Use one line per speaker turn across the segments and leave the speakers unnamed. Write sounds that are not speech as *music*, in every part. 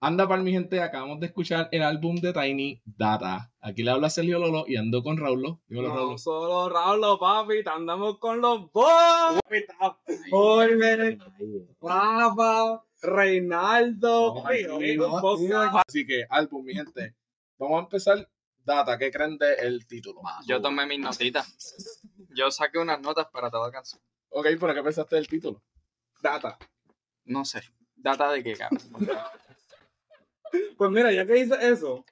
Anda para mi gente, acabamos de escuchar el álbum de Tiny Data. Aquí le habla Sergio Lolo y ando con Raulo. Dímelo,
no
Raulo.
solo Raulo, papi, te andamos con los boys. Jorge, Rafa, Reinaldo.
Vamos
papi,
arriba,
oye, un podcast.
Así que, álbum, mi gente. Vamos a empezar. Data, ¿qué creen del título?
Yo tomé mis notitas. Yo saqué unas notas para toda canción.
Ok, pero ¿qué pensaste del título?
Data.
No sé. Data de qué,
*laughs*
cabrón.
Pues mira, ya que dices eso,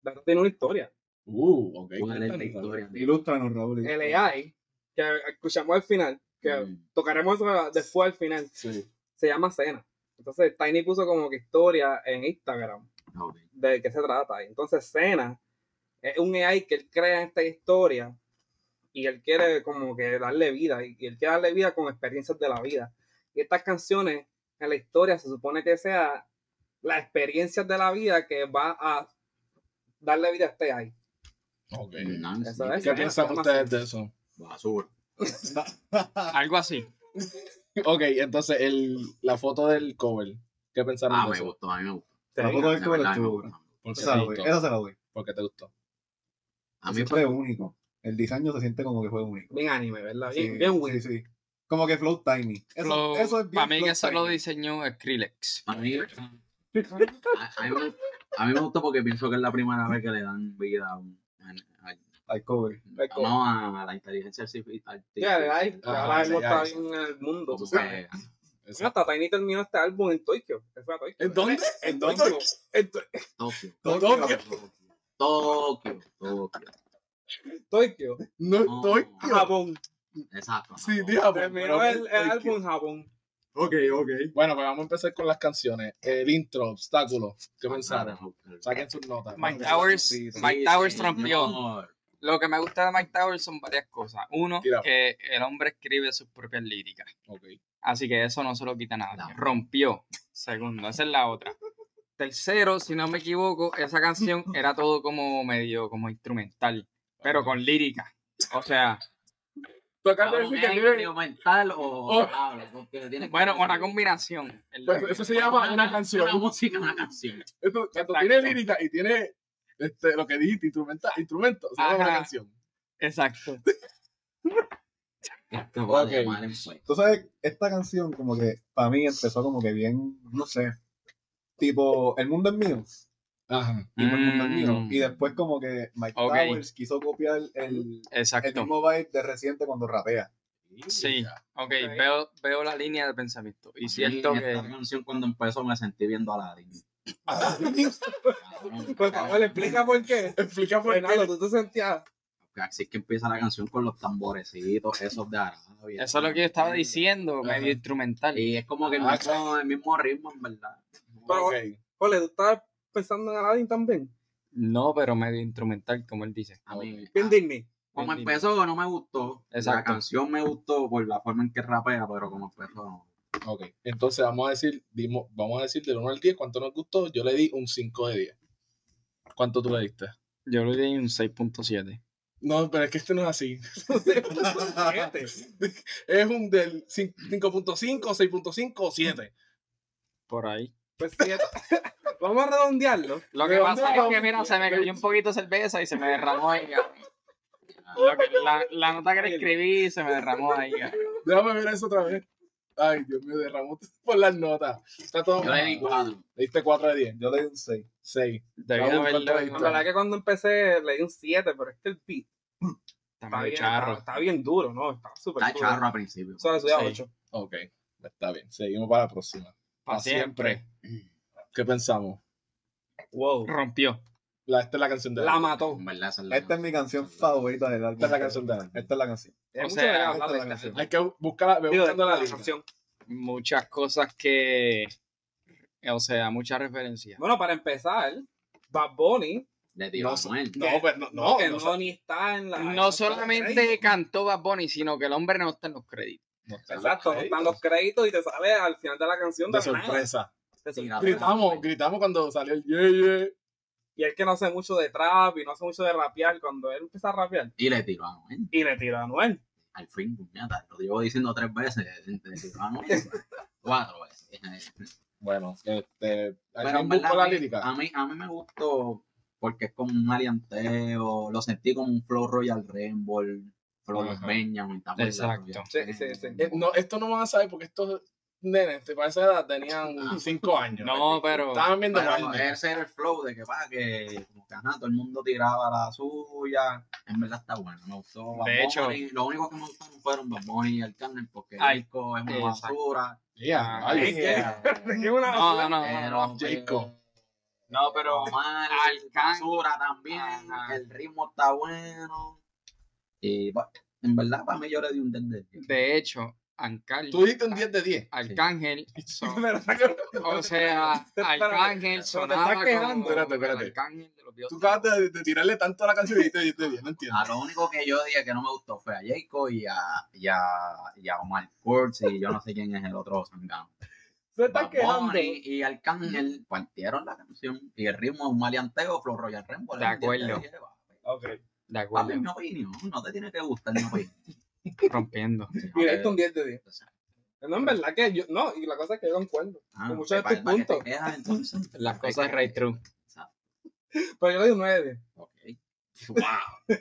Data tiene una historia.
Uh, ok.
¿Cuál es la
cuéntanos.
historia?
Ilústranos, Raúl.
El AI, que escuchamos al final, que tocaremos eso después al final,
Sí.
se llama Cena. Entonces Tiny puso como que historia en Instagram.
Ok.
de qué se trata. Entonces, Cena es un AI que él crea esta historia y él quiere como que darle vida, y y él quiere darle vida con experiencias de la vida. Y estas canciones en la historia se supone que sea las experiencias de la vida que va a darle vida a este AI.
Ok.
Nancy.
Eso es.
¿Qué piensan ustedes de eso?
Basura.
Algo así.
Ok, entonces el, la foto del cover. ¿Qué pensaron
Ah,
de
me
eso?
gustó, a mí me gustó.
La foto
De
del cover
verdad, me
estuvo
gustó.
buena.
¿Por qué
Esa se
te
la doy,
gustó?
esa se la doy.
¿Por qué te gustó?
A mí
Siempre
me
es único. El diseño se siente como que fue único.
Bien anime, ¿verdad? Bien,
Sí,
bien
sí,
weird.
sí. Como que Flow Tiny. Eso,
Flow-
eso es bien
para mí que
Flow
eso lo
Tiny.
diseñó Skrillex.
a mí, a- a mí me- a mí me gustó porque pienso que es la primera vez que le dan vida a, un- a- a-
Al cover.
no, a la inteligencia artifici-
Ya, el
artificial.
AI,
Ajá,
ahora mismo
el
está
AI.
bien en el mundo. tú
Como
sabes.
que- ah,
Exacto.
Hasta Tiny terminó este álbum en Tokio. Él fue a Tokio.
¿En dónde?
En Tokio. En To-
Tokio.
Tokio.
Tokio. Tokio. Tokio.
Tokio.
No,
No.
Tokio.
Japón.
Exacto.
Ah, pues, Sí, diablo.
Terminó
pero
el,
Ah, Tokio.
el álbum en Japón.
Ok, ok.
Bueno, pues vamos a empezar con las canciones. El intro, obstáculo. ¿Qué pensaron? Saquen sus notas.
Mike Towers,
Sí, sí,
Mike Towers
señor.
trampeó. Lo que me gusta de Mike Towers son varias cosas. Uno,
Tira.
que el hombre escribe sus propias líricas.
Ok.
Así que eso no se lo quita nada.
No.
Rompió. Segundo, esa es la otra. Tercero, si no me equivoco, esa canción era todo como medio como instrumental, pero con lírica. O sea,
Tú
Ah,
acabas de
¿es
decir que el líder-
instrumental o
Oh.
habla? Porque tiene que-
bueno, una combinación. es lo
Pues
que-
eso se llama una canción.
Una música, una canción.
Esto, esto
Exacto.
tiene lírica y tiene este, lo que dijiste, instrumenta, instrumento. Se llama una
Ajá.
canción.
Exacto.
Esto va
Ok.
de mal en peor.
Tú sabes, esta canción como que para mí empezó como que bien, no sé, tipo El mundo es mío,
Ajá. *laughs*
tipo El mundo es mío.
Mm,
Y después como que Mike
Ok.
Towers quiso copiar el, el
Exacto.
mismo vibe de reciente cuando rapea.
Sí. Ok,
Ok.
veo, veo la línea de pensamiento. Y siento
Y esta
que.
canción cuando empezó me sentí viendo a Aladdin.
Por
Cabrón, cabrón.
favor, Pues, explica por qué.
Explica por
Fernando,
qué.
tú te sentías.
Porque Así es que empieza la canción con los tamborecitos, esos de Arabia.
Eso es lo que yo estaba diciendo,
Ajá.
medio instrumental.
Y es como que el
Ah,
mismo, el mismo ritmo, en verdad.
Pero-
Ok.
Ole, tú estabas pensando en Aladdin también.
No, pero medio instrumental, como él dice.
A mí, ah,
Bien *laughs* Disney.
como empezó, no me gustó. La
Exacto.
canción me gustó por la forma en que rapea, pero como empezó, no.
Ok. Entonces vamos a decir, dimos- vamos a decir del 1 al 10 cuánto nos gustó. Yo le di un 5 de 10. ¿Cuánto tú le diste?
Yo le di un 6.7.
No, pero es que este no es así.
pues, Fíjate.
Es un del cin- 5.5, 6.5 o 7.
Por ahí.
Pues fíjate. *laughs* Vamos a redondearlo.
Lo
¿De
que
dónde
pasa es
vamos?
que, mira, se me cayó un poquito de cerveza y se me derramó ahí. cabrón. Lo que- la, la nota que le escribí se me derramó ahí. cabrón.
Déjame ver eso otra vez. Ay, Dios mío, derramó *laughs* por las notas. Está todo
Yo le di cuatro.
Le diste 4 de 10.
Yo le di un 6.
6.
Debí
Raúl,
haberlo-
¿cuánto le
La
diste?
verdad que cuando empecé le di un 7, pero es que el beat
Está
está
medio
bien,
charro.
Está, está bien duro, ¿no? Está súper
Está
duro.
charro al principio.
Eso le subí a
Sí.
8.
Ok, está bien. Seguimos para la próxima.
Pa'
Pa' ¿Qué pensamos?
Wow.
Rompió.
La, esta es la canción de
La
Alan.
mató.
En verdad, esa
Esta es mi canción favorita del álbum.
Esta es la canción de Alan.
*laughs* Esta es la canción.
Hay mucho
Este. sea,
que hablar
esta es
de
la
esta-
canción.
Hay que buscar, ve
digo, de
buscando la
la
lista.
canción.
Muchas cosas que. O sea, muchas referencias.
Bueno, para empezar, Bad Bunny,
Le tiró
No
a
sé.
Anuel.
No,
que-
pues no,
no,
no,
que
no,
no, ni ah, está en la.
No solamente cantó Bad Bunny, sino que el hombre no está en los créditos.
Exacto, no están los créditos y te sale al final de la canción
de
la nada.
sorpresa.
De sorpresa.
Tira.
Gritamos, gritamos cuando salió el yeah, yeah.
Y él que no hace mucho de trap y no hace mucho de rapear, cuando él empieza a rapear
Y le tiró a Anuel.
y le tira a Anuel. *laughs*
al fin, puñeta, lo llevo diciendo tres veces, te digo, ah, no, cuatro veces.
Bueno, este.
Pero en
¿Alguien
verdad,
buscó la
a mí-
lírica?
A mí, a mí me gustó porque es como un maleanteo. Lo sentí como un flow Royal Rainbow, flow
Ajá.
Benjamin. ¿te acuerdas?
Exacto.
Royal
Sí, sí, sí.
Eh,
Rainbow.
No, esto no van a saber porque estos nenes, te- para esa edad, tenían 5 años.
No, pero.
Estaban viendo
Pero
Barney.
ese era el flow de que va, que como que ajá, todo el mundo tiraba la suya. En verdad está bueno, me gustó. Bad
De hecho-
Bunny, lo único que me gustaron fueron Bad Bunny y Arcángel porque
Ay,
Disco es una
exacto.
basura.
Yeah,
Ay,
ay,
yeah. *laughs*
Es una
No, no, no. no, no. Ah,
Pero,
Jacob.
No, pero.
Omar,
Arcángel.
basura también,
Ajá.
el ritmo está bueno. Y bueno, en verdad para mí yo le di un 10 de 10.
De hecho, Ancal.
Tú dijiste un 10 de 10.
Arcángel. son-
Pero saca-
o sea, Arcángel
estás
sonaba
quejando.
como.
Espérate, espérate.
el Arcángel de
Tú
los Beatles.
acabas de, de tirarle tanto a la canción y dijiste 10 de 10, no entiendo.
A lo único que yo dije que no me gustó fue a Jacob y a, y a, y a Omar Kurtz y yo no sé quién es el otro Sangano.
Se *laughs* está
Bad
quejando.
Bunny y Arcángel partieron la canción y el ritmo es un maleanteo, Flow Royal Rainbow.
De
es un 10
acuerdo.
10, papi.
Ok.
De
Papi, es
acuerdo.
mi opinión, no te tiene que gustar mi opinión.
*laughs*
Rompiendo.
Y le diste un 10 de 10.
Exacto.
No, en verdad que yo. No, y la cosa es que yo concuerdo.
Ah,
Con muchos de
para-
tus
para que te
puntos.
quejas, entonces. *laughs*
Las cosas Ray True.
Pero yo le di un 9 de 10.
Ok. Wow.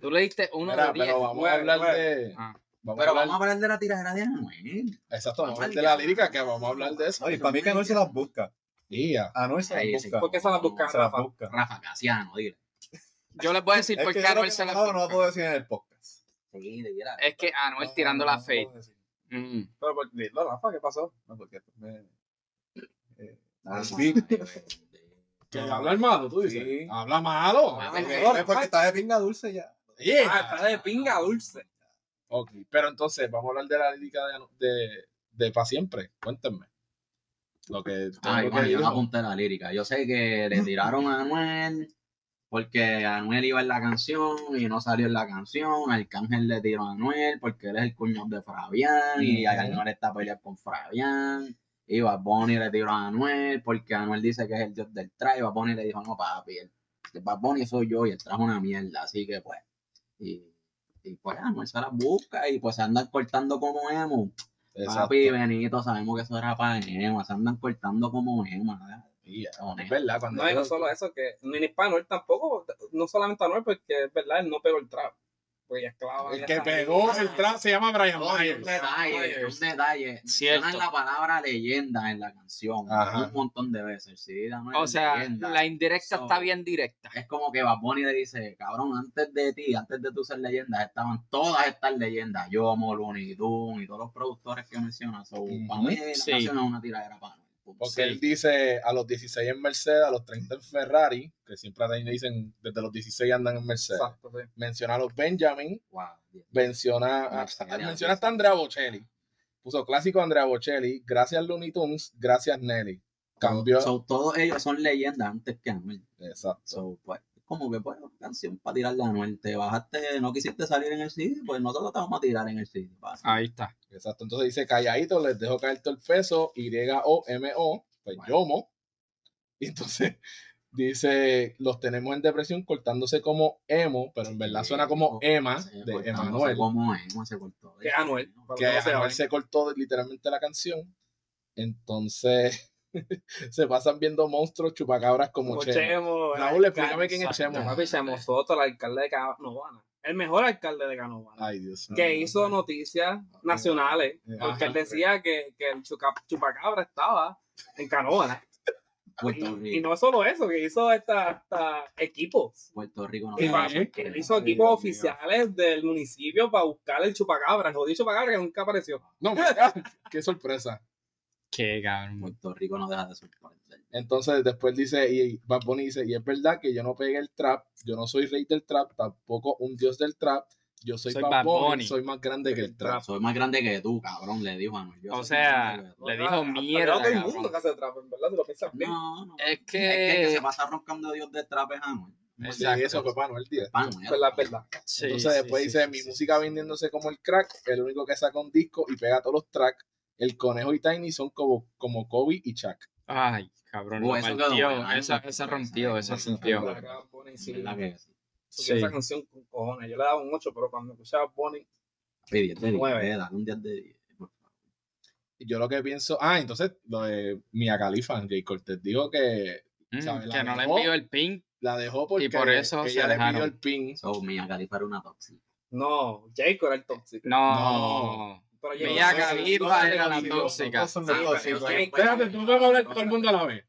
Tú le diste uno
Mira,
de diez.
pero vamos a
nueve,
hablar
nueve.
de.
Ah.
Vamos a
Pero vamos a
hablar,
hablar de la tiradera de Anuel.
exacto, vamos a hablar de la lírica, que vamos a hablar de eso.
No, y para mí que Anuel se las busca.
Yeah.
Anuel se las
Ahí sí.
busca.
¿Por qué se la buscan,
Se las
Rafa?
busca.
Rafa Casiano, dile.
Yo les voy a decir
Es
por
que
qué
yo lo
Anuel
que
se la
no hago, no lo
busca.
puedo decir en el podcast.
Sí, dile.
Es que Anuel tirando la fe.
No, no, no,
Mm.
Pero por dilo, Rafa, ¿qué pasó?
porque me... eh,
Ah,
sí.
Que hablar malo, tú dices.
Sí.
Habla malo.
Ah,
Ok.
No, es porque estás de pinga dulce ya.
Yeah.
Ah, está de pinga dulce.
Ok, pero entonces vamos a hablar de la lírica de, de, de Pa' siempre. Cuéntenme. Lo que. todo
Ay,
lo que
bueno, yo no
dijo.
apunté la lírica. Yo sé que le tiraron a Anuel porque Anuel iba en la canción y no salió en la canción. Arcángel le tiró a Anuel porque él es el cuñado de Fabián y
Ujú.
Anuel está peleando con Fabián. Y Bad Bunny le tiró a Anuel porque Anuel dice que es el dios del trap y Bad Bunny le dijo, no papi, el, el Bad Bunny soy yo y el trajo una mierda, así que pues. Y, y pues Anuel se las busca y pues se andan cortando como emo.
Exacto.
Papi, Benito, sabemos que eso era para Emma, se andan cortando como Emma.
Yeah. Es verdad, cuando.
No, y no solo eso, que ni ni para Noel tampoco, no solamente a Noel, porque es verdad, él no pegó el trap. Pues ya esclava.
El que pegó el trap se llama Brian
Un
Myers.
detalle, un detalle.
Cierto.
Mencionan la palabra leyenda en la canción
Ajá.
un montón de veces. Sí, dame
O sea,
leyenda.
la indirecta
So-
está bien directa.
Es como que Bad Bunny le dice, cabrón, antes de ti, antes de tú ser leyenda, estaban todas estas leyendas. Yo, Looney Tunes y todos los productores que mencionas. So, para mí, la
Sí.
canción es una tiradera para
Porque
Sí.
él dice a los 16 en Mercedes, a los 30 en Ferrari, que siempre a Daniel dicen desde los 16 andan en Mercedes.
Exacto, sí.
Menciona a los Benjamin,
Wow.
menciona a,
Mercedes.
a- *laughs* menciona hasta a Andrea Bocelli. Puso clásico Andrea Bocelli, gracias Looney Tunes, gracias Nelly. Cambió.
So, todos ellos son leyendas antes que Anuel.
Exacto.
So, pues, como que, pues, canción para tirarle a Anuel. Te bajaste, no quisiste salir en el sitio, pues nosotros te vamos a tirar en el sitio. pasa.
Ah,
Ahí está.
Exacto. Entonces dice calladito, les dejo caer todo el peso, Y-O-M-O, pues
Bueno.
yomo. Y entonces *laughs* dice, los tenemos en depresión cortándose como emo, pero en verdad suena como Emma
Se
de
cortó,
Emanuel.
No sé cómo es, se cortó.
Que Anuel.
que
Para que no
Anuel
se
se cortó literalmente la canción. Entonces *laughs* se pasan viendo monstruos chupacabras como
Como
Chemo.
Chemo, el
Raúl,
alcalde.
explícame quién es Chemo.
Papi, Chemo Soto, el alcalde de Canovana. El mejor alcalde de Canovana.
Ay, Dios mío.
Que hizo noticias nacionales.
Ajá.
Porque él decía que, que el chuca- chupacabra estaba en Canovana.
Puerto
Y, y
Rico.
no solo eso, que hizo hasta, hasta equipos.
Puerto Rico no
Y
Y
me
va-
va.
pa-
Ay,
que él hizo equipos
Dios
oficiales del municipio para buscar el chupacabra, el jodido chupacabra que nunca apareció.
No, *laughs* my God, qué sorpresa.
Qué cabrón.
Puerto Rico no deja de sorprender.
Entonces después dice, y Bad Bunny dice, y es verdad que yo no pegué el trap, yo no soy rey del trap, tampoco un dios del trap, yo soy, Bad, Bunny, soy más grande que el trap.
Soy más grande que tú, cabrón, le dijo a Anuel. Yo
O
soy
sea,
más grande que tú.
le
Ahora,
dijo
hasta
mierda,
Todo el
cabrón.
mundo que hace trap, en verdad, te lo piensas bien.
No, no.
Es
Es que el que
que.
se pasa roncando Dios de trapes a Anuel.
Sí,
Exacto.
eso fue Manuel Díaz.
Pan,
Es verdad, es Pues verdad.
Sí,
Entonces
sí,
después
sí,
dice,
sí,
mi
sí,
música
sí.
vendiéndose como el crack, el único que saca un disco y pega todos los tracks, el conejo y Tiny son como, como Kobe y Chuck.
Ay, cabrón.
Oh,
la
eso quedó
partió.
bueno,
Esa,
eso-
esa rompió, esa
eso-
rompió.
Bueno.
Acá Bonnie, sí,
¿Verdad que sí?
escuché
Sí.
Esa canción con cojones. Yo le daba un 8, pero cuando escuchaba Bonnie,
Sí, 10 de 10,
Nueve.
eh, dale un 10 de 10. por favor.
yo lo que pienso. Ah, entonces lo de Mia Khalifa, Jay Cortez dijo que
Mm,
¿sabes? La
que no le
dejó.
envió el pin.
la dejó porque
Y por eso se
ella le
dejaron.
pidió el pin.
So, Mia Khalifa era una tóxica.
No, Jake era el tóxico.
No.
Pero
Mia
Jake-
Mia Khalifa
no,
era la
sí,
tóxica.
Todos son los
Sí,
tóxicos.
pero yo-
pues, Espérate, tú no vas a hablar todo el mundo a la vez.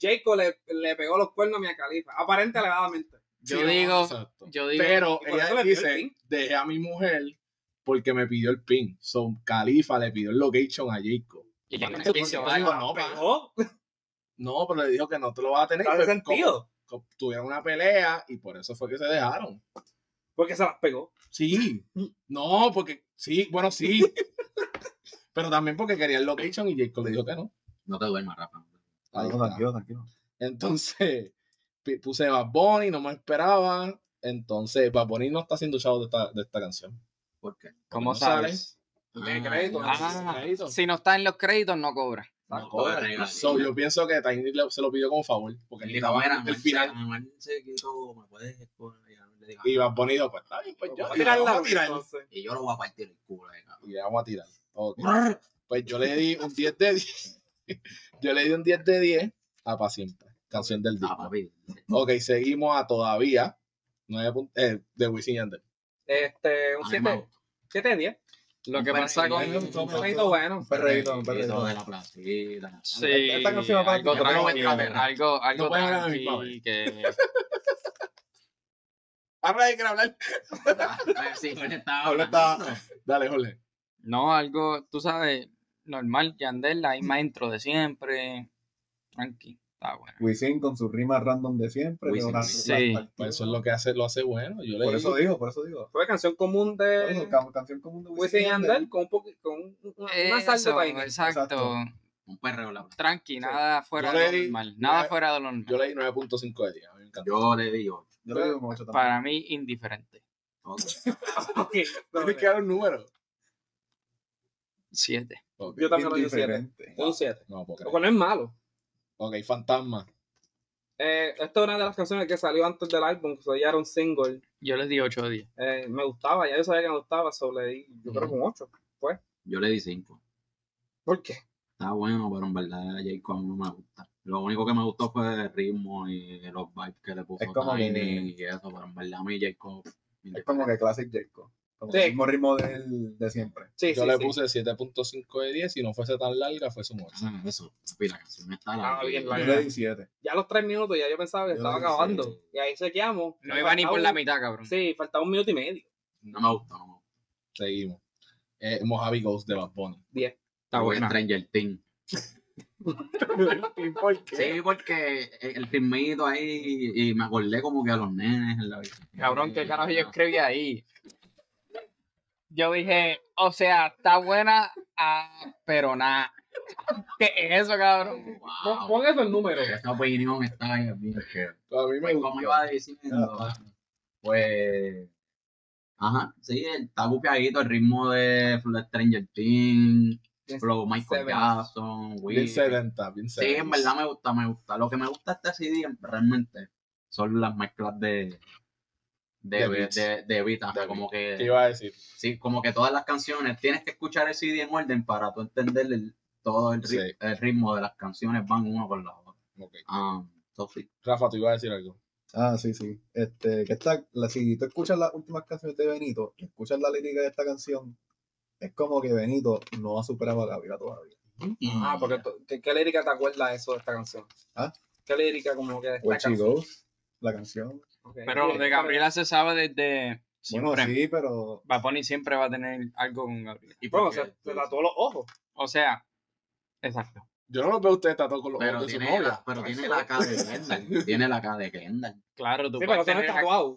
Jacob le, le pegó los cuernos a Mia Khalifa, aparente alegadamente.
Yo
Sí, no,
digo-
exacto.
Yo digo,
Pero
y por eso
ella
le pidió el
dice,
pin.
dejé a mi mujer porque me pidió el pin. Son Califa le pidió el location a Jacob.
y este ya no
Entonces,
hizo
entonces
algo.
digo, no, pa.
Pegó,
no, pero le dijo que no te lo vas a tener.
hace
Pero
sentido,
como- como Tuvieron una pelea y por eso fue que se dejaron.
porque se las pegó.
Sí. No, porque sí, bueno, sí. pero también porque quería el location y Jacob le dijo que no.
No te duermas, Rafa.
Ahí
No,
está.
tranquilo, tranquilo.
Entonces, *laughs* pi- puse Bad Bunny, no me esperaba. Entonces, Bad Bunny no está siendo chavo de esta, de esta canción.
¿Por qué?
¿Cómo
no
sabes?
De crédito.
Ah.
Crédito.
Si no está en los créditos, no cobra.
No
cobra.
cobra.
So, yo pienso que Tiny le- se lo pidió como favor, porque
Él
él
dijo,
estaba
mira,
en el final.
Manuel se quitó, me puedes escoger. Y Manuel le dijo,
Y Bad Bunny dijo, pues está bien, pues yo
Vamos a
le vamos
tirarla,
a tirar.
entonces.
Y yo lo voy a partir el culo. eh, cabrón.
Y le vamos a tirar. Ok. Pues yo le di un 10 de 10. *laughs* Yo le di un 10 de 10 a Pa' Siempre, canción del
Ah,
disco.
papi.
Ok, seguimos a Todavía, 9 pun- eh, de Wisin y Yandel.
Este, un
Ay,
7,
Mau.
7 de 10.
Lo
Un
que pasa con.
perreíto,
Un perrito bueno.
Perreíto,
Y
perreíto.
todo de la placita.
Sí,
Esta canción va para
algo
ti, no
puedo
tranquilo,
entrar, perra.
algo, algo
No puedo hablar a mi
tranqui
padre.
que
Habla de que hablar.
Ah, Sí, *laughs* Jorge estaba
Jorge estaba- Dale, Jorge.
no, algo, tú sabes, normal, Yandel, la misma intro de siempre, tranqui, está bueno.
Wisin con su rima random de siempre.
Wisin,
una-
sí.
la-
Pues eso es lo que hace, lo hace bueno. Yo le
Por
di-
eso digo, por eso digo.
Fue canción común
Por eso,
de
ca- canción común de
Eh, Wisin y Yandel con un poquito, con un- una, una salsa
Eso,
de Tiny.
exacto.
Exacto.
Un perreo en la placita.
tranqui, nada fuera
Yo le
de lo
di-
normal, nada
yo-
fuera de lo normal,
yo le di 9.5 de 10. A mí me encantó.
Yo le digo,
Yo lo digo como ocho también.
para mí indiferente,
ok,
*laughs* Ok,
Tienes que dar un número.
siete.
Ok.
Yo también lo digo 7.
Indiferente.
Un 7.
No, porque.
Lo cual no es malo.
Ok, Fantasma.
Eh, esta es una de las canciones que salió antes del álbum, que se llama un single.
Yo les di ocho de diez.
Eh, me gustaba, ya yo sabía que me gustaba, sobre yo creo que un 8.
Yo le di 5.
¿Por qué?
Está bueno, pero en verdad Jacob no me gusta. Lo único que me gustó fue el ritmo y los vibes que le puso
Es como
Tiny
que-
y eso, pero en verdad a mí Jacob...
Es como que Classic Jacob. Como
Sí.
el mismo ritmo del, de siempre.
Sí,
yo
sí,
le
sí.
puse 7.5 de 10. Si no fuese tan larga, fuese un 8.
Ah, eso, papi, la canción está
Ah, bien
Yo
larga.
le di 7.
Ya a los 3 minutos ya yo pensaba que
Yo
estaba
le di
acabando.
siete.
Y ahí chequeamos.
No iba ni por la
Faltaba
mitad,
un-
cabrón.
Sí, faltaba un minuto y medio.
No me gustó, no me gustó.
Seguimos. Eh, Mojave Ghost de Bad *laughs* Bunny.
10.
Está
Fue
buena.
Stranger Things.
¿Por
Sí, porque el filmito ahí y me acordé como que a los nenes en la vida.
Cabrón, ¿qué carajo yo escribí ahí? Yo dije, o sea, está buena, ah, pero nada. ¿Qué es eso, cabrón?
Pon,
Wow.
pon eso el número.
Esa opinión está ahí. bien chévere.
A mí me
Pues,
gustó.
como iba diciendo, pues. Ajá, sí, está bufiadito el ritmo de Fl- Stranger Things, Flow Michael
Seven.
Jackson,
Bien
Will. Sí,
70, bien 70.
en verdad me gusta, me gusta. Lo que me gusta de este CD realmente son las mezclas de.
De
De, de,
beats.
de, de beats, ajá,
De
como
¿Qué
que
iba a decir?
sí, como que todas las canciones tienes que escuchar el CD en orden para tú entender el- todo el, ri-
Sí.
el ritmo de las canciones van uno con la otra.
Ok.
Ah, so sí.
Rafa, tú ibas a decir algo.
Ah, sí, sí. Este, que esta, la, si tú escuchas las últimas canciones de Benito y escuchas la lírica de esta canción, es como que Benito no ha superado a Gabriela todavía.
Ah, porque to- ¿qué, qué lírica te acuerdas de eso de esta canción?
¿Ah? Pues
¿Qué lírica como que de esta
Where She
canción?
Goes, la canción.
Ok.
Pero lo de Gabriela se sabe desde
Bueno,
siempre.
sí, pero
Bad Bunny siempre va a tener algo con Gabriela.
¿Y
Bueno,
por
se,
qué?
se tatuó los ojos.
O sea, exacto.
Yo no lo veo a ustedes tatuados con los
pero
ojos de su
tiene,
novia.
la, pero
*laughs*
tiene la cara de Kendall. tiene la cara de Kendall.
Claro,
Sí,
tú,
pero
puedes,
eso no es
tener a,
tatuado.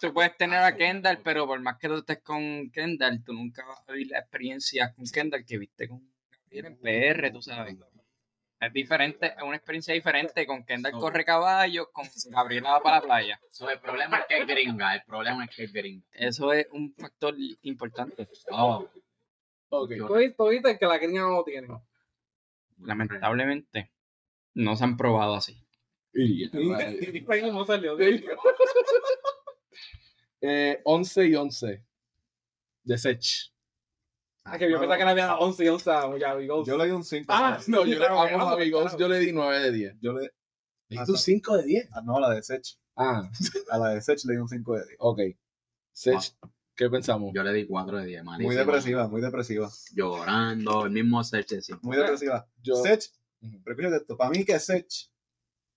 tú puedes tener a Kendall, pero por más que tú estés con Kendall, tú nunca vas a vivir la experiencia con Kendall que viste con Gabriela en PR, tú sabes. Es diferente, es una experiencia diferente. Con Kendall
So-
corre caballo, con Gabriela va para la playa.
So, el problema es que es gringa, el problema es que es gringa.
Eso es un factor importante.
Oh,
Ok.
Tú viste tú viste que la gringa no lo tiene.
Lamentablemente, no se han probado así.
Y-
*laughs* Ahí mismo salió.
Eh, 11 y 11 de Sech.
Ah, que yo pensaba que no había 11 y 11 a Yavigo.
Yo le di un 5.
Ah,
No, yo le,
Claro,
vamos
claro,
a Bigos,
claro.
yo le di 9 de 10.
Yo le,
¿Le
Ah,
diste un
está.
5 de 10?
ah, no, a la de Sech.
Ah,
A la de Sech le di un 5 de 10.
ok. Sech, ¿qué pensamos?
Yo le di 4 de 10, malísimo.
Muy depresiva, muy depresiva.
Llorando, el mismo Sech de 5.
Muy depresiva.
Yo,
Sech,
Ujú.
pero escúchate esto, para mí que Sech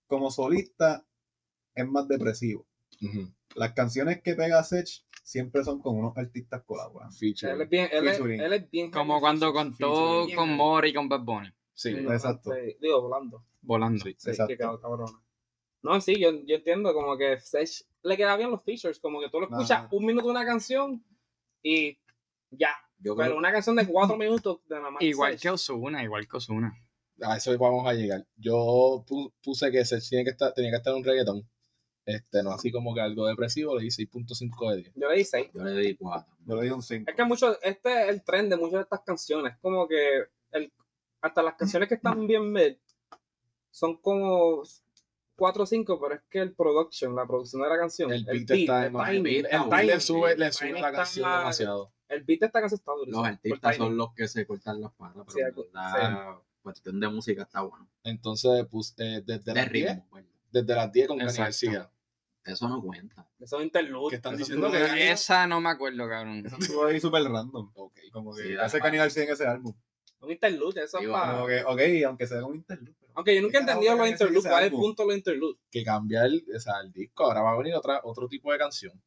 como solista es más depresivo.
Ujú,
Las canciones que pega Sech siempre son con unos artistas colaborando.
feature.
Él es bien, él es,
Featuring.
él es bien.
Como cuando contó
Bien.
con Mori y con Bad Bunny,
Sí,
Sí,
Exacto.
sí, Digo, volando.
volando.
Sí,
Sí,
exacto.
qué cab- cabrón. No, sí, yo, yo entiendo como que Sech le queda bien los features, como que tú lo escuchas
Ajá.
un minuto de una canción y ya.
Yo creo
Pero una canción de cuatro minutos de nada más.
Igual
Sech.
que Osuna, igual que Osuna.
a eso vamos a llegar. Yo pu- puse que Sech tiene que estar, tenía que estar en un reggaetón. Este, no así como que algo depresivo, le di 6.5 de 10.
Yo le di seis.
yo le di 4.
Yo le di un 5.
Es que mucho, este es el tren de muchas de estas canciones. Como que el, hasta las canciones que están bien mid son como cuatro o cinco, pero es que el production, la producción de la canción,
El beat está
el
demasiado.
timing,
el
El
timing,
beat le sube, le
el
sube
timing
la
está-
canción demasiado.
El beat de esta canción está
Los
durísimo.
artistas son los que se cortan las patas,
Sí,
pero en verdad, cuestión de música está bueno.
Entonces, puse eh, desde,
De
las 10,
ritmo, bueno.
desde las 10 con Cani
Exacto.
García.
Eso no cuenta.
Eso es interlude.
Que están
Eso
diciendo
tú lo
que.
ves.
Esa no me acuerdo, cabrón.
Eso estuvo ahí súper random.
Ok.
Como que
Sí, la
hace
verdad.
Canibal en ese álbum.
Un interlude, eso es
Digo,
para...
Como que, ok, aunque sea un interlude. pero-
Ah,
Aunque yo nunca he
¿Qué carajo
entendido los
tiene que ver
interludes,
ese
cuál es el
álbum?
punto de los interludes.
Que cambiar o sea, el disco. Ahora va a venir otra, otro tipo de canción.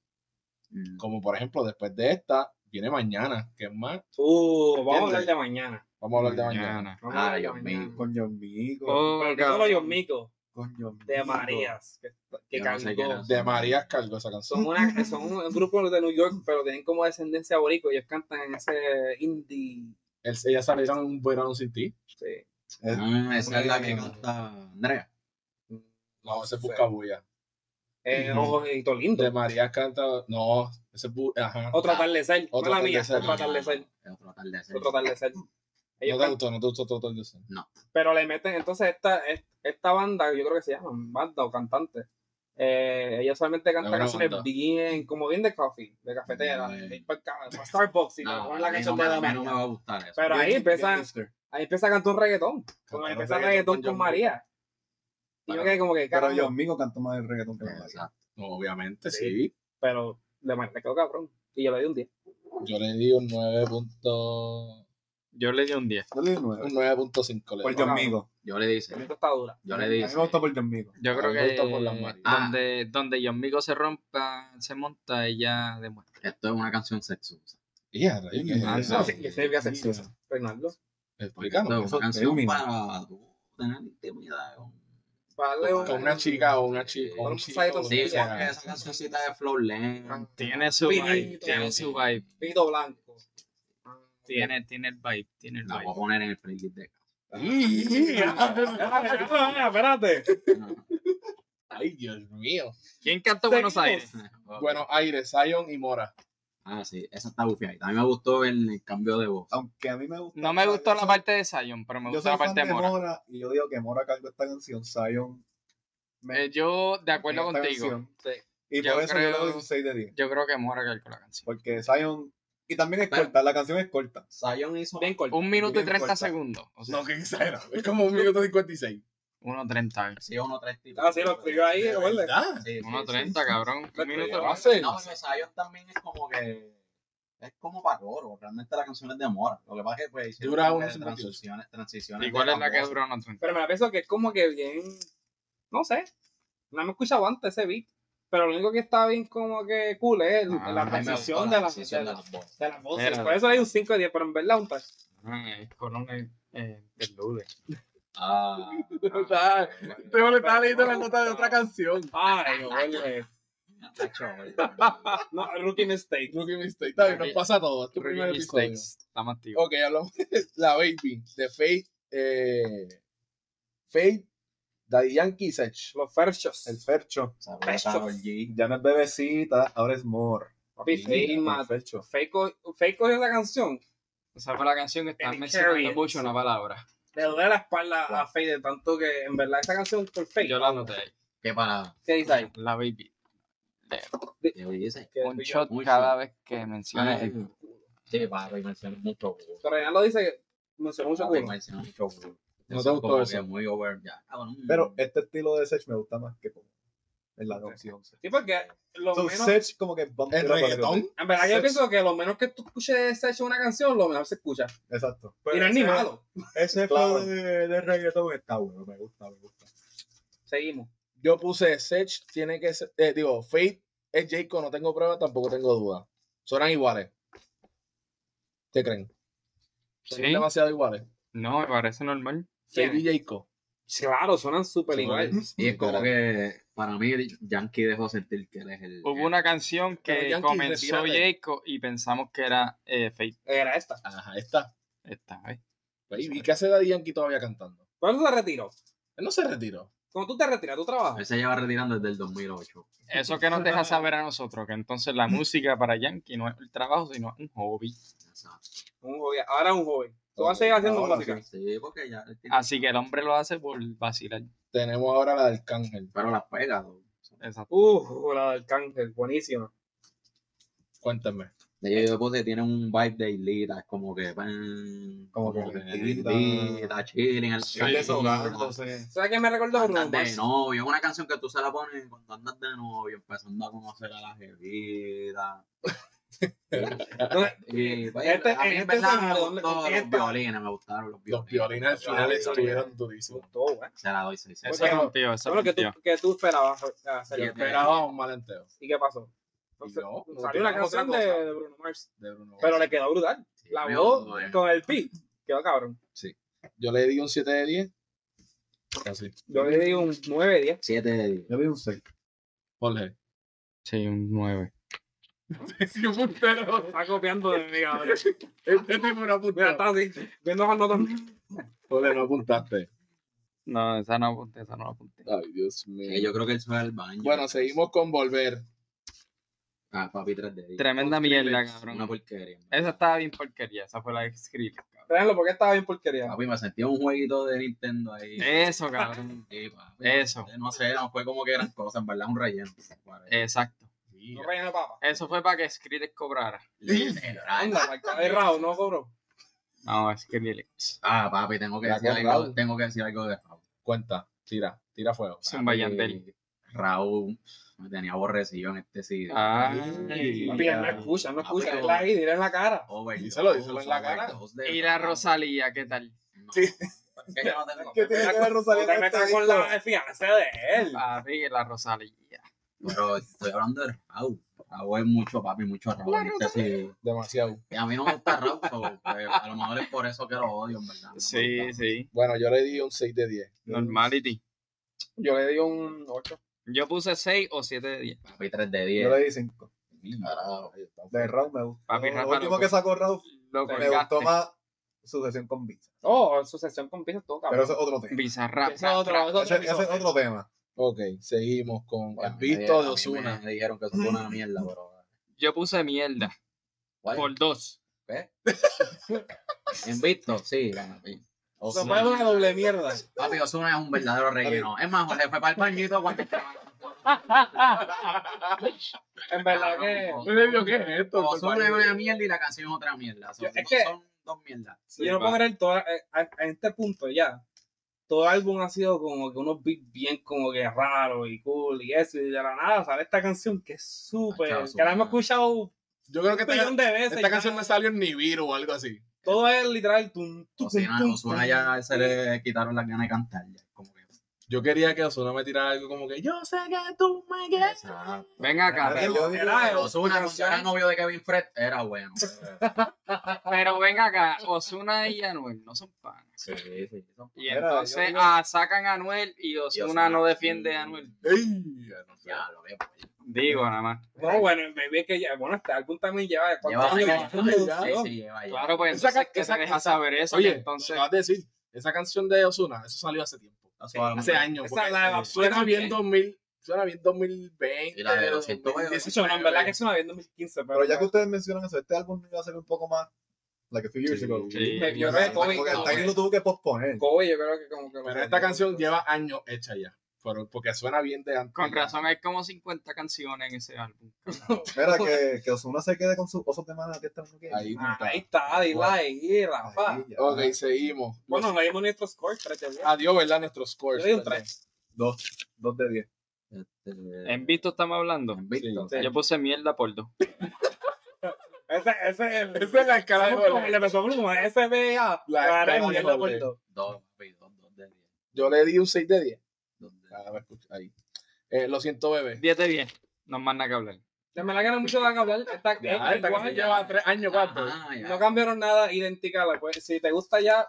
Mm.
Como por ejemplo, después de esta, viene mañana, que es más.
Uh, vamos a
¿Entiendes?
hablar de mañana.
Vamos a hablar de mañana.
Vamos a
Ah,
hablar de
Dios
mañana.
mío.
Con John Mico.
Oh,
Pero que
cabrón.
solo los micos
Con John
de
Mico.
Marías, que, que
Yo no sé
cantó.
quién es.
De Marías cargo esa
son,
canción.
una, son un grupo de New York, pero tienen como descendencia boricua. Ellos cantan en ese indie.
Él- ella salió en un verano sin ti.
Sí.
Es-
Ah, esa es la que
Una-
canta Andrea.
No, ese es
Sí.
Buscabulla.
Eh,
Ujú.
Ojos y
De
Tolindo.
Marías canta. No, ese es. Bu- Ajá.
Otro
Ah,
atardecer.
otro
Mala mía,
atardecer.
otro atardecer.
Es otro atardecer.
Otro atardecer.
No
Ellos
te
cantan-
gustó, no te gustó otro atardecer.
pero le meten, entonces esta, es- esta banda, yo creo que se llama banda o cantante, eh, ella solamente canta
Es una
canciones
banda.
bien, como bien de coffee, de cafetera,
Mm.
de ir pa'l ca- pa' Starbucks y
Ah,
le
No,
ponen
a
la
mí
canción
no me-
de
a mí
Damaris.
no me va a gustar eso.
Pero ahí
Bien-
empieza-
bien hipster.
Ahí empieza a cantar un reggaetón, cuando
Cantaron
empieza
reggaetón
reggaetón
con
con
John
María. Y yo
Bueno,
quedé como que,
Pero
carajo,
John Mico cantó más el reggaetón que María.
Exacto.
No, obviamente,
Sí.
sí.
pero le me quedó cabrón. Y yo le di un 10.
Yo le di un 9. punto-
Yo le di un 10.
Yo le di un nueve.
Un 9.5. le
Por
di.
John Mico.
Yo le
La
dije,
neta está dura.
yo le
A mí me
dije.
gustó por John Mico.
Yo
A
creo
mí me
que
gustó por Ah. las Marías.
donde, donde John Migo se rompa, se monta, ella demuestra.
Esto es una canción sexuosa.
Y a raíz, ¿qué es
Ah,
eso?
No,
no.
sí, que significa sexosa, Reinaldo.
Porque esto
Explícanos.
es
eso
una
es
canción
término.
para tú tener intimidad con
Para darle un-
Con una chica o una chica. o un chico,
Sí, eh.
o
Sí,
lo que
porque
sea.
esa cancioncita de Flow Lane.
Tiene su vibe,
Vinito.
tiene su vibe.
Pito blanco. *laughs*
Tiene, tiene el vibe, tiene el
La voy a
vibe.
poner en el playlist de
Y-
Ah, Espérate.
Ay, Dios mío.
¿Quién cantó Buenos
Seguimos.
Aires?
Buenos Aires, Zion y Mora.
*laughs* Ah, sí, esa está bufiadita. A mí me gustó el, el cambio de voz.
Aunque a mí me gustó.
No me gustó
yo
la
soy-
parte de Zion, pero me
Yo
gustó
soy
la
fan
parte
de
de Mora.
Mora y yo digo que Mora cargó esta canción. Zion.
Eh, yo, de acuerdo
esta
contigo,
canción.
Sí.
Y
Yo
por eso yo le doy
creo-
un 6 de 10.
yo creo que Mora calcó la canción.
Porque Zion. Y también es
Pero-
corta, la canción es corta.
Zion hizo.
Bien corto.
Un minuto y
Bien
30
corta.
segundos. O sea,
No, que exagerado. Es como un minuto 56.
1.30.
Sí, uno tres tipos.
Ah, sí, lo escribió ahí,
¿De
¿recuerdas?
verdad?
Sí, sí, sí,
1.30,
sí.
cabrón. Un minuto.
va a ser?
No, pero Zion también es como que. Es como para coro. Realmente la canción es de Mora. Lo que pasa es que pues, hicieron
Dura
como que
1.58.
transiciones, transiciones.
¿Y cuál
de
es la que
voz.
dura 1.30?
Pero me la pienso que es como que bien. No sé. No me he escuchado antes ese beat. Pero lo único que está bien como que cool es
Ah,
la
A mí me gustó
transición de la
transición
de
de
la-
las voces.
de las voces.
Era-
Por eso hay un 5 de 10, pero en verdad un tal.
Ah, es con un eh, interlude.
Ah.
Ah, Te molestaba leyendo la nota de otra canción.
Ay, huele.
Tacho,
No, rookie mistake.
Rookie Mistake. Está bien, nos pasa todo. Es tu primer
Rookie
episodio.
Mistakes. Estamos activos.
Ok, hablamos de *laughs* la Baby, de Faith, eh, Faith, Daddy Yankee y Sech.
Los ferchos.
El Fercho.
saludos a
Pecho.
Karol G.
Ya no es bebecita, ahora es Mor.
Papi, fake,
El
ma-
Fercho.
fake co- fake cogió esa canción.
Esa fue la canción que están
Any
mencionando
carriers.
mucho una palabra.
Le duele la espalda a Faye de tanto que en verdad esa canción por Faye.
Yo la anoté ahí.
Qué parada.
¿Qué dice ahí?
La baby.
¿Qué dice?
Que
Un
fui yo.
shot
un
cada
shot.
vez que
Ah,
mencionas el
eh, Sí, papi, mencionó mucho culo.
Pero Reinaldo dice que mencionó mucho
Papi,
culo.
mencionó mucho culo.
No te
Eso es
gustó
como
eso.
que Muy over, ya. Ah, bueno, mm.
Pero este estilo de Sech me gusta más que como en la canción.
Sí, porque lo
So,
menos.
Sech como que vamos
El
tirando hacia
reggaetón.
En verdad, yo
Sech.
pienso que lo menos que tú escuches de Sech una canción, lo mejor se escucha.
arriba. Exacto.
y no es ni
ese-
malo.
Ese
Claro.
flow de, de reggaetón está bueno, me gusta, me gusta.
Seguimos.
Yo puse Sech, tiene que ser. eh, digo, Faith es Jacob, no tengo pruebas, tampoco tengo duda. Son iguales. ¿Qué creen? Son
Sí.
demasiado iguales.
No, me parece normal.
¿Quién?
Faith y Jacob.
Claro, suenan súper igual.
Y es como que para mí Yankee dejó sentir que él es el.
Hubo una canción
Pero,
que
Yankee,
comenzó
retírate.
Jacob y pensamos que era eh, Fate.
Era esta.
Ajá, está.
Esta, ¿ves?
Baby, ¿qué Pues, hace Daddy Yankee todavía cantando?
¿Cuándo te retiró?
Él no se retiró.
Cuando tú te retiras, tú
Él
trabajas.
se lleva retirando desde el 2008.
Eso que nos deja saber a nosotros, que entonces la música para Yankee no es el trabajo, sino un hobby.
Exacto.
Un joven. Ahora es un joven. Tú vas a seguir haciendo
Ahora
música.
Sí, porque ya. él tiene-
Así que el hombre lo hace por vacilar.
Tenemos ahora la de Arcángel.
Pero las pega. ¿no?
Exacto.
Uh, la del cángel, buenísima.
Cuéntenme.
Yo, yo puse tiene un vibe de islita, es como que. pan,
Como que islita.
islita, chilling. al-
Él desahogándose.
¿Sabes qué me recordó a Bruno
Andas de
Mars?
novio, es una canción que tú se la pones cuando andas de novio, empezando a conocer a la jevita. Y, pues,
Este-
a mí
este
en verdad
es
me
el
gustó
doble
los
contesta.
violines, me gustaron los
Los
violines.
violines al final
Los violines.
estuvieron durísimos.
Todo, güey.
Se la doy, sí, sí.
Eso
Porque-
rompió, eso
Todo lo que tú,
rompió.
que tú esperabas. ah,
Sí,
salió.
Esperaba un malenteo.
¿Y qué pasó?
Y
Entonces,
no, no
salió una
teníamos otra
canción de,
cosa
de Bruno Mars.
de Bruno
Pero
Mars.
le quedó brutal.
Sí,
La
me
voz
gustó, eh.
con el pi. Quedó cabrón.
Yo le di un 7 de 10. Así.
Yo le di un 9, 10.
Siete de diez.
Yo vi un 6.
Jorge.
Sí, un 9.
Está copiando de mi cabrón.
Este tipo no
Mira,
apuntaste.
está así. Viendo las notas.
Jorge, no apuntaste.
No, esa no apunté, esa no la apunté.
Ay, Dios
Eh,
mío.
Yo creo que él fue al baño.
Bueno, seguimos con volver.
Ah, papi, tres de diez.
Tremenda mierda,
Una
cabrón.
porquería. en verdad.
Esa estaba bien porquería, esa fue la de Skrill, cabrón.
Tráelo porque estaba bien porquería.
Papi, me sentía un jueguito de Nintendo ahí.
*laughs* Eso, cabrón.
Sí, papi.
Eh, Eso, Eh,
No sé, no fue como que eran cosas, en verdad, un relleno.
exacto.
No relleno de papa.
Eso fue para que Skrill cobrara.
*laughs*
Literal.
Anda, para el ca- el rabo, no cobró.
No, Skrill.
Ah, papi, tengo que
La
decir
con
algo.
Raúl.
Tengo que decir algo de Raúl.
Cuenta. Tira. Tira fuego.
Zumba
Papi,
Yandel.
Raúl me tenía aborrecido en este sitio.
Ay.
Papi, él no escucha, él no
Ah,
escucha.
pero-
Dile ahí, dile en la cara.
Overdose,
Díselo, díselo en la cara.
overdose de
Y la
Raúl.
Rosalía, ¿qué tal?
No, es que yo no
*laughs*
tengo-
¿Qué tiene que ver Rosalía
No
con
te
este
metas con
disco?
la desfianza de él.
Papi, la Rosalía.
Pero estoy hablando de Raúl. Raúl es mucho papi, mucho Raúl. en este sitio.
Demasiado.
Y a mí no me gusta Raúl, so, pues, a lo mejor es por eso que lo odio, en verdad. No me
Sí,
gusta.
sí.
Bueno, yo le di un 6 de 10.
Normality.
Yo le di un 8.
Yo puse 6 o 7 de 10.
Papi, 3 de
Yo
10.
le di 5.
Carajo, ahí está.
pues,
De Raúl me gustó.
Papi,
lo
Rafa,
último
loco.
que sacó Raúl
Lo
me gustó
colgaste.
más su sesión con Visa.
Oh, su sesión con piso todo
Pero
cabrón.
ese es otro tema.
Bizarrap.
Ese es otro, ese es
Ese
otro
ese es
episodio.
otro tema.
Ok, seguimos con
Bueno,
el visto de
a mí me-
Osuna.
Me dijeron que eso fue una mierda, pero.
Yo puse mierda.
¿Cuál?
Por 2.
¿En visto? Sí, papi.
Se fue una doble mierda.
Papi, Ah, Osuna es un verdadero relleno. Es más, Jorge fue para el pañito cuando estaba.
En verdad que.
¿qué es esto?
Osuna es una mierda y la canción pues, es otra mierda. Son,
Es que-
son dos mierdas.
yo no puedo creer toda, a, a este punto ya. Todo álbum ha sido como que unos beats bien como que raros y cool y eso. Y de la nada sale esta canción que es
Ah,
súper.
chao,
Que la hemos
súper.
escuchado un
Yo creo que
millón
esta,
de veces.
esta
ya.
canción me salió en Nibiru o algo así.
Todo es literal. Tum, tum,
Osuna,
tum,
Osuna
tum.
ya se le quitaron las ganas de cantar. Ya. Como que.
Yo quería que Osuna me tirara algo como que yo sé que tú me quieres.
Ven acá. Pero,
Pero yo digo-
Era de
Osuna, cuando
canción.
era novio de Kevin Fred, era bueno. pues, pero-
pero ven acá. Osuna y Anuel no son panas.
Sí, sí. son-
Y
Mira, yo
entonces
digo-
ah, sacan a Anuel y Osuna
Osuna,
no defiende
sí.
a Anuel.
Ey, ya no sé.
Ya, lo veo. pues.
Digo nada más.
No, bueno, baby, que ya. Bueno, este álbum también lleva.
Lleva
¿Cuántos
años.
años?
Sí, sí, lleva ya.
Claro, pues
Esa ca-
entonces que
esa-
se deja saber eso.
Oye,
que entonces.
entonces vas a decir, esa canción de Osuna, eso salió hace tiempo. Hace años.
Esa es la de
porque
la
Suena
suerte.
bien 2000, suena bien 2020.
Y la de los
2018,
Eso, no, en verdad que es una en 2015.
Pero ya que ustedes mencionan eso, este álbum iba a ser un poco más like a few years
Sí,
ago.
sí.
Me vio
Porque
de COVID,
el
cabrón.
Tiny lo tuvo que posponer.
Kobe, yo creo que como que.
Pero esta canción lleva años hecha ya. pero porque suena bien de antes.
Con razón hay como 50 canciones en ese álbum.
Espera, que, que Osuna se quede con sus osos de mala que están
Ahí
Ah, Ahí está, dile ahí, Rafa.
Ahí, ya.
Ok, seguimos.
Bueno, no dimos nuestro score, 3 de 10.
Adiós, ¿verdad? Nuestros
Yo
scores.
le di un
¿verdad?
3.
Dos, dos de diez.
Este,
En Visto estamos hablando.
en Víctor.
Sí.
Yo puse mierda por dos.
Ese, ese es el.
Ese es la escala de
Somos como
goles.
el empezó Bluma, SBA.
La
La
escala de
haremos en la
goles.
puerta.
Dos, papi, dos, dos de diez.
Yo le di un 6 de 10.
Dos de
Ah, me escucha, ahí. Eh, lo siento, bebé.
10 de 10. No es más nada que hablar.
De verdad que no hay mucho de que hablar. Esta, esta
esta
igual
que se
eh, lleva
llama.
tres años, cuatro.
Ajá, Ah, ya.
No cambiaron nada, idéntica a la pues, Si te gusta ya,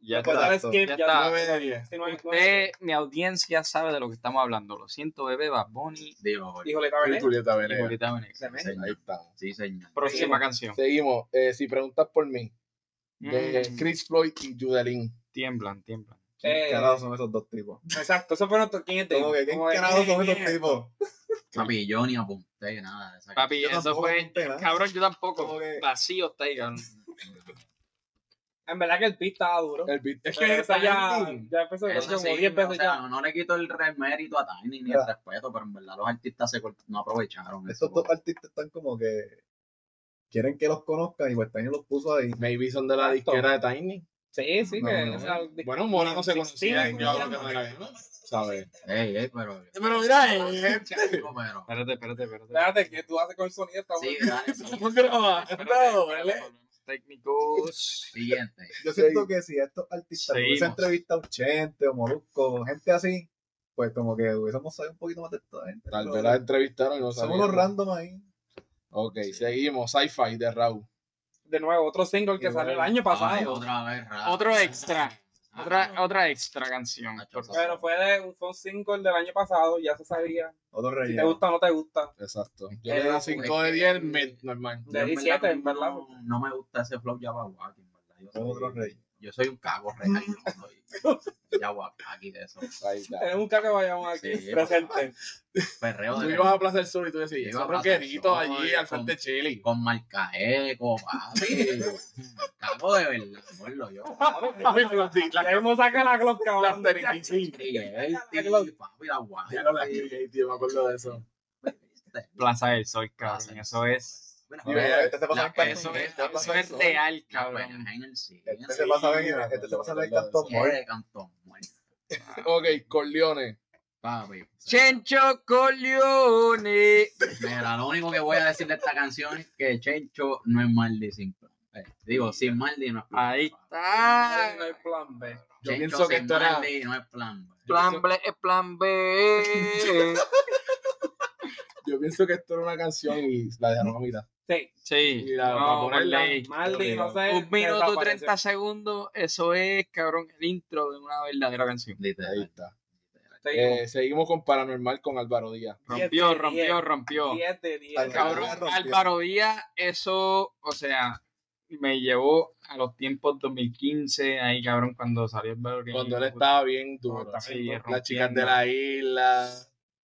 Ya
pues
Pues,
está.
dale
Exacto.
skip.
Ya
Ya,
está.
no-
9 de 10.
si no hay- no hay-
Usted, mi audiencia, sabe de lo que estamos hablando. Lo siento, bebé, Bad Bunny.
Digo, por-
Híjole, cabrón.
Sí, Julieta
y
Venegas.
Julieta Venegas.
Se me-
Ahí está.
Sí, señor.
Próxima canción.
Seguimos. Eh, si preguntas por mí, de
Mm,
Chris Floyd y Judelin.
tiemblan, tiemblan.
¿Qué
Eh,
carajo son esos dos tipos?
Exacto, eso fue nuestro cliente.
Como que, ¿qué carajo son
*laughs*
esos tipos?
Papi, yo ni apunté nada. de esa
Papi,
Yo
eso
tampoco
fue.
apunté nada.
Cabrón, yo tampoco.
Como que-
Vacío está ahí, cabrón.
En verdad que el beat estaba duro.
El beat.
Es que esa ya, ya empezó
Eso
pues, como
sí,
10
o
veces
sea,
ya.
no, no le quito el re- mérito a Tiny ni el
Ya.
respeto, pero en verdad los artistas se cort- no aprovecharon eso.
Estos dos artistas están como que quieren que los conozcan y pues Tiny los puso ahí.
Maybe son de la
Exacto.
disquera de Tiny.
Sí, sí,
No,
que.
no,
o sea,
Bueno, Mona no se
Sí,
conocía.
sí,
yo
sí,
hablo
sí.
que no era bien, ¿Sabes?
Ey, ey, pero.
Pero mira, eh,
Chico,
*laughs*
pero-
Espérate, espérate, espérate.
Espérate, ¿qué tú haces con el sonido? Está
Sí,
bueno.
dale, sí.
no, ¿verdad?
Técnicos.
Siguiente.
Yo siento que si estos artistas
Seguimos.
hubiesen entrevistado a Chente o Molusco, gente así, pues como que hubiésemos sabido un poquito más de esta gente.
Tal
eh.
vez
pero
las entrevistaron y no
Son
sabían.
unos random ahí.
Ok, seguimos. Sci-Fi de Raúl.
De nuevo, otro single que
Igual.
salió el año
Ay,
pasado.
otra vez, raro.
Otro extra.
Ah,
Otra,
no.
otra extra canción.
Nacho,
Pero fue, de, fue un single del año pasado, ya se sabía.
Otro
Si te
relleno.
gusta o no te gusta.
Exacto. Yo le
Eh,
doy
no,
pues,
5
es
de
que-
10, mid, normal.
Yo en
17,
verdad
en verdad.
No, no me gusta ese flow Yabawaki, en verdad. Yo
Son otros
soy,
reyes.
yo soy un cago real. Yo soy Yabawaki de eso.
Ahí está.
Tenemos un caco que vayamos aquí
Sí,
*laughs*
presente.
Perreo
Tú
de
ibas a Plaza del Sur y tú decías,
Yo iba a
esos
Plaza del
roqueritos
Sol,
allí al
con-
frente de
*laughs*
Chile.
con marcaeco, papi. Cago de verdad, ponlo yo.
Muy
pues,
flotito, la-
Queremos sacar la clock,
Las
cabrón.
Trinity.
Creerty, papi, la guay.
Ya lo la escribí, tío, me acuerdo de eso.
Plaza del Sol, cabrón.
Plaza.
Eso es.
Bueno,
Y
Y
ve,
ve, este se pasa
la-
en canto.
Eso es,
Este se
eso
pasa
es real, cabrón.
en el cine.
Este se pasa en este se pasa en el canto.
Qué de Cantón muerto,
Ok, Corleone.
papi. O sea,
Chencho Corleone.
Mira, lo único que voy a decir de esta canción es que Chencho no es Maldi sin plan. Eh, digo, sin Maldi no es plan.
Ahí
B.
está.
No hay plan B.
Yo
Chencho
pienso que
sin
esto era.
Maldi no es plan. B.
*laughs* Plan B, eh, plan B.
Yo pienso que esto era una canción y la dejaron a mitad.
Sí.
*laughs* Sí.
Y la- para
No,
ponerla-
Play.
Maldi, no sé.
Un minuto
desapareció.
30 segundos. Eso es, cabrón, el intro de una verdadera canción.
Ahí
Literal.
está.
Seguimos.
Eh, seguimos con Paranormal con Álvaro Díaz.
Rompió,
Siete,
rompió,
diez,
rompió.
10 de 10.
Al
Cabrón,
rompió.
Álvaro Díaz, eso, o sea, me llevó a los tiempos 2015, ahí, cabrón, cuando salió el Valorant.
Cuando él estaba bien duro.
Sí, rompiendo.
Las chicas de la isla,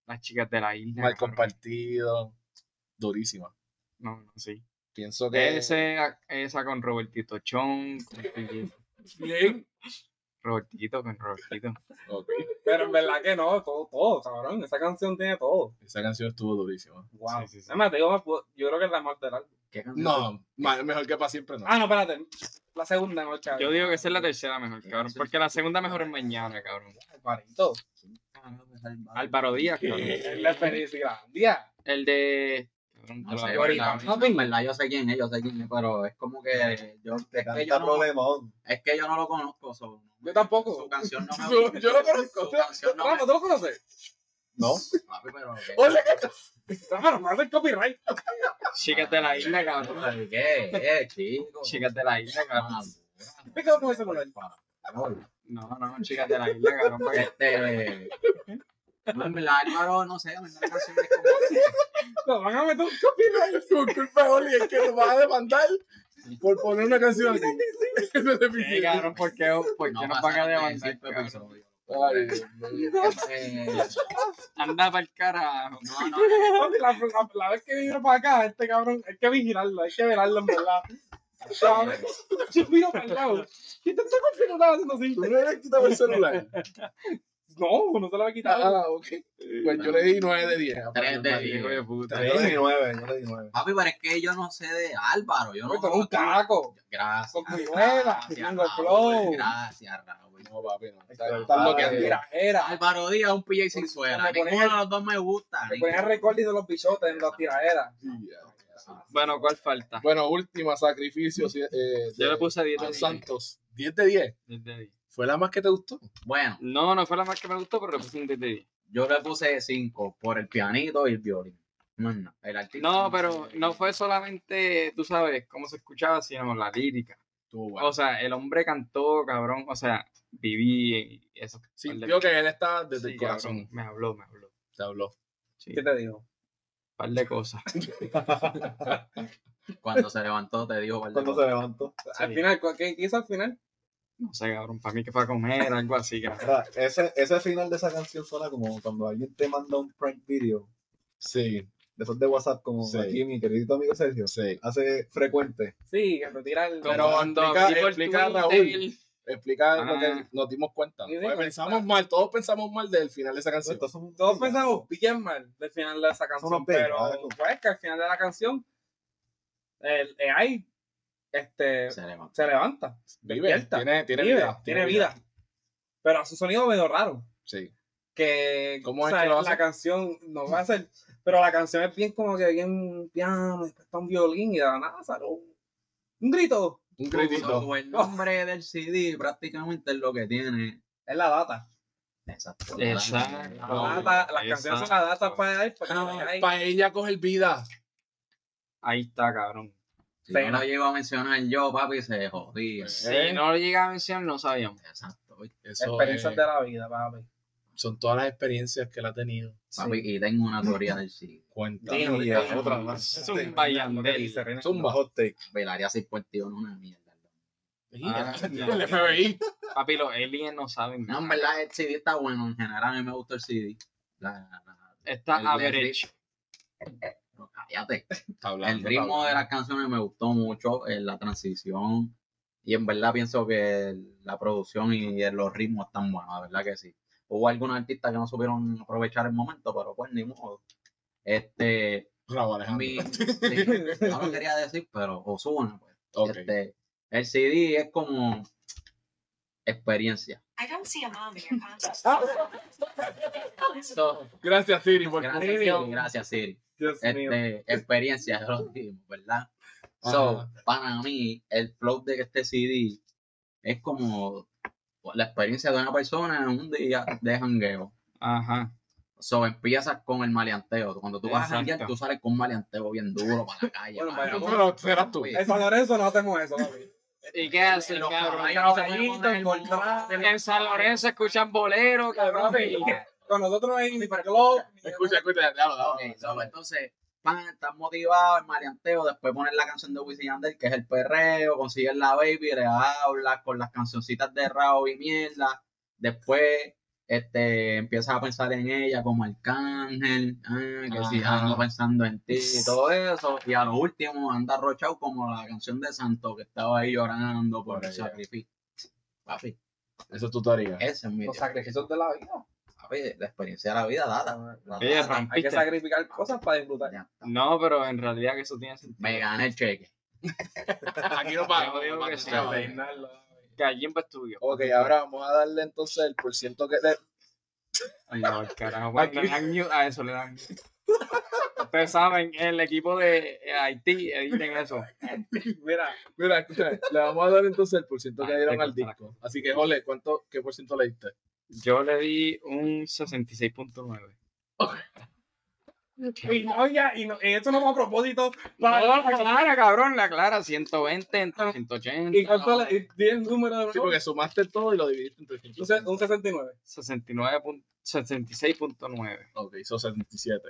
Las chicas de la isla.
mal
cabrón.
compartido. Durísima.
No, no, sí.
Pienso que.
Ese, esa con Robertito Chon. con Piqué.
Bien.
Robertito, con Robertito.
Ok.
Pero en verdad que no, todo, todo, cabrón. Esa canción tiene todo.
Esa canción estuvo durísima.
Wow.
Sí, sí, sí.
Además, te digo, pues, yo creo que es la más del álbum.
¿Qué canción es?
No, ma- mejor que para siempre no.
Ah, no, espérate. La segunda, no, chaval.
Yo digo que esa es la tercera mejor, cabrón, porque la segunda mejor es mañana, cabrón.
Alvarito.
Álvaro Díaz, cabrón.
Eh,
Es la felicidad. Día.
El de... cabrón, te
No
lo
sé,
voy a
en
poner.
verdad, en verdad, yo sé quién es, yo sé quién es, pero es como que yo, es
Te
que
canta
yo no,
problemón.
es que yo no lo conozco. so,
Yo tampoco.
Su canción no me
Yo-
gusta.
yo lo conozco.
Su canción no me
Rafa, ¿tú lo conoces?
No,
Papi, pero ¿qué?
Oye, Rafa, no me hace el copyright.
Chicas de la isla, cabrón.
Ay, ¿Qué? ¿Qué, eh, chico?
Chicas de la isla, cabrón.
¿Qué cabrón es ese celular?
No, no, chicas de la isla, cabrón. para que- *laughs*
Este. Pues, No, en verdad, Álvaro, no sé, en verdad, la canción es como.
*laughs*
Nos van a meter un
Con culpa, Oli, es que nos vas a demandar por poner una canción aquí. Eso es
Sí,
difícil.
cabrón, ¿por qué, por qué nos van a
pasaron de
demandar,
cinco
cabrón?
episodios.
Ay, Dios mío.
Este,
Anda para el carajo.
No,
*laughs*
no,
copyright. La, la, la vez que vino para acá, este cabrón, hay que vigilarlo, hay que velarlo, en verdad. Cabrón, Yo miro para el lado. ¿Quién te está configurando haciendo así?
Tú no eres quitado el celular.
No, no se la va a quitar.
Ah, ok. Pues yo le di 9 de 10.
Tres de diez.
Hijo de puta.
Yo le di nueve, yo le di nueve.
Papi, pero es que yo no sé de Álvaro. Yo no
Con Pues, un caco.
Gracias.
Con Viruela,
Gracias,
Fernando
Raúl.
Flow.
Gracias, Raúl.
No, papi, no. Está,
Está
está
Lo que
loqueando.
es tiraera.
Álvaro Díaz, un PJ
Pues,
sin suela.
Me ponen-
Ninguno de los dos me gusta.
Me ponían recording de los bichotes en las tiraderas.
Bueno, ¿cuál falta?
Bueno, última, sacrificio. sí, eh,
Yo
de
le puse 10 de
Juan
10.
Santos. 10 de 10.
Desde ahí.
¿Fue la más que te gustó?
Bueno,
No, no fue la más que me gustó, pero le puse un 10 de 10.
yo le puse 5 por el pianito y el violín. No, no, el artista.
No, pero no fue solamente, tú sabes, cómo se escuchaba, sino la lírica.
Tú,
O sea, el hombre cantó, cabrón. O sea, viví eso.
Sintió que él estaba desde
Sí,
el corazón.
cabrón, Me habló, me habló.
Te habló.
Sí,
¿Qué
un
te digo?
par de cosas.
Cuando se levantó, te digo. ¿verdad?
*laughs* Cuando se levantó.
Al
Sí.
final, ¿cu- ¿qué qué hizo al final?
No sé, cabrón, para mí que fue a comer, algo así. cabrón.
Era- Ese, ese final de esa canción suena como cuando alguien te manda un prank video
Sí,
de esos de WhatsApp, como
Sí.
aquí mi querido amigo Sergio.
sí.
Hace frecuente.
Sí, que te tira el.
Pero cuando explica, explica a Raúl,
Raúl.
explica lo
Ah.
que nos dimos cuenta.
Sí, sí,
Porque
pues,
pensamos mal, todos pensamos mal del final de esa canción.
Estos son-
Todos pensamos bien mal del final de esa canción,
unos bellos,
pero
¿verdad?
pues que al final de la canción el AI este,
Se levantó.
se levanta,
Vive,
despierta,
tiene, tiene
vive,
vida.
tiene vida. Pero hace un sonido medio raro.
Sí.
Que,
¿Cómo
o
es
sea,
que lo hace?
la canción no va a ser, pero la canción es bien como que bien piano, después está un violín y de la nada sale un, un grito.
Un gritito.
Como el nombre del CD prácticamente es lo que tiene.
Es la data.
Exacto.
Exacto.
Ah, La data- las canciones son la data
exacto.
para él, porque
Ah,
AI
Para ella coger vida.
Ahí está, cabrón.
Si no lo llevo a mencionar yo, papi, se jodía.
Si no lo llegaba a mencionar, no sabíamos.
Exacto.
Eso
experiencias
es-
de la vida, papi.
Son todas las experiencias que él ha tenido.
Papi, y tengo una teoría del CD.
Cuenta.
Sí,
Y
cabrón.
es otra más.
Este,
Zumba y
Lo que
Andel.
dice, Reina.
Zumba.
Hot take.
Velaria 51 es una mierda.
Mira,
Ah, ya.
*laughs* el FBI.
Papi, los aliens no saben
No, en
nada.
verdad el CD está bueno. En general a mí me gusta el CD. La, la-
Está
el-
average.
no, cállate.
Está hablando,
El
está
ritmo
hablando.
de las canciones me gustó mucho, eh, la transición. Y en verdad pienso que el- la producción y el- los ritmos están buenos, la verdad que sí. Hubo algunos artistas que no supieron aprovechar el momento, pero pues ni modo. Este,
Raúl Alejandro.
mi, sí, no lo quería decir, pero Ozuna, pues.
Ok.
Este, el CD es como experiencia.
I don't see a mom in your contest.
So,
Gracias, Siri, por
gracias, Siri, gracias, Siri.
Dios mío.
Este, experiencia, ya lo dijimos, ¿verdad? So, para mí, el flow de este CD es como la experiencia de una persona en un día de jangueo.
Ajá.
So, empiezas con el maleanteo. Cuando tú vas a
Exacto.
janguear, tú sales con un maleanteo bien duro para la calle.
Bueno,
para-
vayamos.
Bueno, serás tú.
Sí.
En San Lorenzo no hacemos eso, papi.
*laughs*
¿Y qué hacen,
Los
cabrón?
caballos se ponen
Caballito,
en el
encontrado.
monte.
En San Lorenzo escuchan bolero, cabrón.
Papi, y que Con nosotros en el club.
Escucha, escucha, déjalo, déjalo.
Ok, so, entonces, pan, estás motivado, el maleanteo, después pones la canción de Wisin y Yandel, que es el perreo, consigues la baby, le hablas con las cancioncitas de Rao y mierda, después este, empiezas a pensar en ella como Arcángel, ah, que si
Ajá.
ando pensando en ti y todo eso, y a lo último anda rochado como la canción de Santo, que estaba ahí llorando por
Por
el
ella.
sacrificio. Papi,
Eso es tu tarea.
ese es mi
Los
Dios.
sacrificios de la vida.
Papi, la experiencia de la vida dada. La
Oye,
dada,
Ram,
Hay que
¿Viste?
sacrificar cosas para disfrutar.
ya está.
No, pero en realidad que eso tiene sentido.
Me gané el cheque.
Aquí no
Yo digo que sí.
pagamos.
Reinaldo, papi.
Que allí en estudio.
Ok, ahora vamos a darle entonces el por ciento que le.
Ay, no, el carajo. Cuando le dan mute a eso, le dan mute. Ustedes saben, el equipo de eh, Haití editen eso.
Mira,
Mira, escucha, le vamos a dar entonces el por ciento que
Ay,
le dieron
te
al disco. Así que, Jole, ¿cuánto, qué por ciento le diste?
Yo le di un 66.9.
y, oye, y, no- y esto no fue a propósito.
No, la clara, cabrón, la clara. 120, entre 180.
Y cuánto le- y di el número de
Sí, porque sumaste todo y lo dividiste entre
un
100.
se- un 69.
69 pun- 66.9.
Ok, hizo *laughs* 77.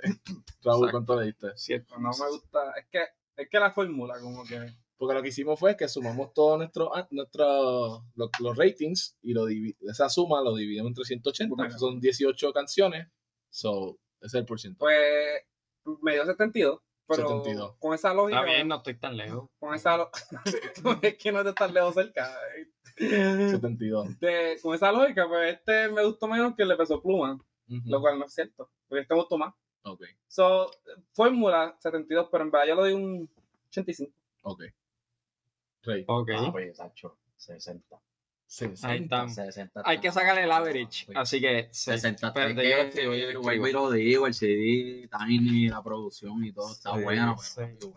Raúl, ¿cuánto le diste?
¿cierto?
No me gusta. Es que, es que la fórmula, como que.
Porque lo que hicimos fue que sumamos todos nuestros nuestro, los, los ratings y lo divi- esa suma lo dividimos entre 180.
Bueno.
Son 18 canciones. So, ese es el por ciento.
Pues me dio 72. Pero
72.
con esa lógica,
Está bien, no estoy tan lejos.
con esa
*laughs*
lo- *laughs* es que no te estás lejos cerca.
72.
Este, con esa lógica, pues este me gustó menos que el de Peso Pluma,
Ujú.
lo cual no es cierto, porque este me gustó más.
Ok,
So, fórmula 72, pero en verdad yo le doy un 85.
ok. Rey.
Ok.
Ah, pues, Sacho, 60.
Sí, sí.
Ahí estamos.
60
Hay que sacarle el average.
Sí.
Así que. se-
60 está
espérate,
que-
yo lo escribo, yo lo
vuelvo
escribo.
y lo digo, el CD, Tiny, la producción y todo, está
Sí,
bueno.
sí.
pero-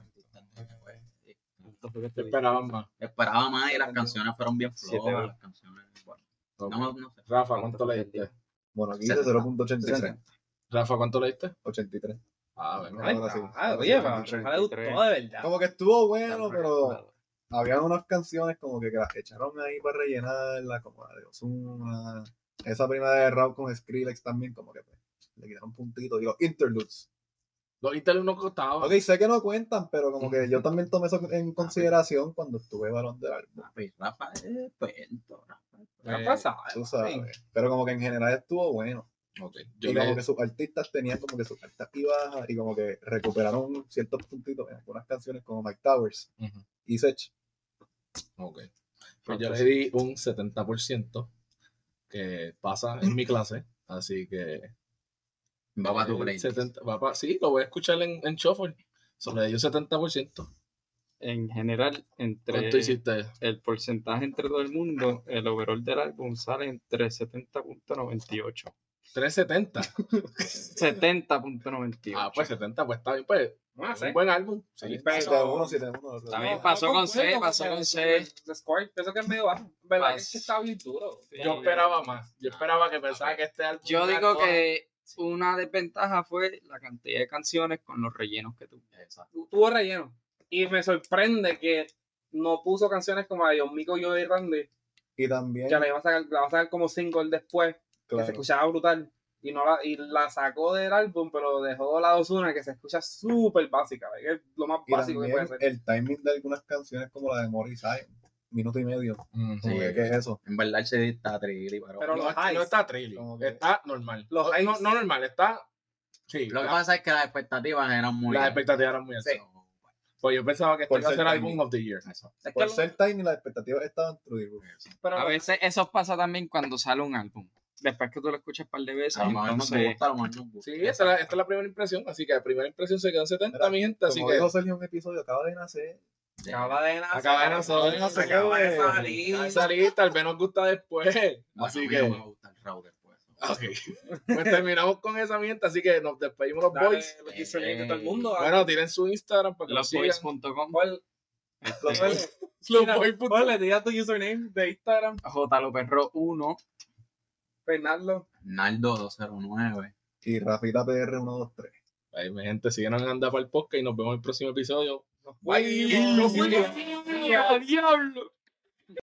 Te esperaban más.
Esperaba más y las canciones fueron bien
Siete,
flojas.
va.
Las canciones, bueno,
Ok.
no, no sé.
Rafa, ¿cuánto le diste?
Bueno, aquí dice
60.
0.83.
Rafa, ¿cuánto le diste?
83.
Ah, bueno.
Ahora
Ay,
sí,
ah,
ahora sí,
oye, va,
83.
me le gustó de verdad.
Como que estuvo bueno, pero había unas canciones como que, que las echaron ahí para rellenarla, como la de Ozuna. Esa primera de Raúl con Skrillex también, como que pues, le quitaron puntitos. Y los interludes.
Los Intel no costaban.
Ok, sé que no cuentan, pero como que yo también tomé eso en consideración cuando estuve varón del álbum.
Ah, pues, Rafa es experto, Rafa.
¿Qué
Eh,
pasa?
Tú sabes. Pero como que en general estuvo bueno.
ok. Yo
y
le-
como que sus artistas tenían como que sus altas y bajas y como que recuperaron ciertos puntitos en algunas canciones como Mike Towers
Ujú.
y Sech.
Ok. Pues yo le di un 70% que pasa en mi clase, así que
Va para tu
el
playlist.
70 va pa- sí, lo voy a escuchar en, en shuffle. So, le di un 70%.
En general, entre
¿Cuánto hiciste?
el porcentaje entre todo el mundo, el overall del álbum sale entre 70.98.
370.
70.98.
Ah, pues 70, pues está bien, pues.
Ah, sí.
un buen álbum. Sí.
Sí,
Siete a uno, siete a uno, siete a
También
uno.
pasó con C,
concuerdo
pasó
el-
con C.
el Score, pienso que es medio bajo. ¿Verdad?
Pas-
Es que está bien duro.
Yo esperaba más. Yo esperaba que pensaba que este álbum.
Yo
era
digo
todo-
que una desventaja fue la cantidad de canciones con los rellenos que tuvo.
Exacto.
Tuvo relleno. Y me sorprende que no puso canciones como la de John Mico, yo y Randy,
Y también,
que la iba a sacar, la va a sacar como single después, que se
claro,
escuchaba brutal. Y, no la, y la sacó del álbum, pero dejó de lado una que se escucha súper básica, que es lo más
y
básico que
también
puede ser.
el timing de algunas canciones como la de Morris Zion, minuto y medio.
Mm.
Como
Sí.
que, ¿Qué es eso?
En verdad el CD está trigri,
Pero
no,
los
es que
highs,
no está trilly.
como que-
Está normal.
Los
No-
highs.
no, no normal, está. Sí,
Lo que
la-
pasa es que las expectativas eran muy...
las expectativas eran muy altas. Pues yo pensaba que este
Por
iba a
ser
ser
timing.
álbum of the year.
Eso.
Es que
Por
lo-
ser timing, las expectativas estaban through the roof.
pero
A veces eso pasa también cuando sale un álbum. Después que tú lo escuchas un par de veces,
A lo mejor no te
entonces...
gusta, a lo mejor no te gusta.
Sí, esta es, la, esta es la primera impresión, así que la primera impresión se quedó en 70,
Mira,
mi gente, así
Como
que
dijo Sergio en un episodio, acaba de nacer.
Acaba de nacer.
Acaba de nacer.
Acaba de salir.
va a salir, tal vez nos gusta *laughs* después.
Bueno,
así
a mí
que,
no me va a gustar el Raúl después.
*laughs* ok. Pues terminamos con esa mierda, así que nos despedimos los
Dale,
boys.
los Israelíes de todo el mundo.
Bueno, tiren su Instagram para que los sigan.
Losboys.com
¿Cuál- cuál-
Losboys.com.
Ponle, diga tu username de Instagram,
jloperro 1
Bernardo.
Naldo 209.
Y Rafita PR123.
Ahí, mi gente, síganos en Anda para el podcast y nos vemos en el próximo episodio.
Bye.
Bye.
Nos fuimos.
¡Diablo!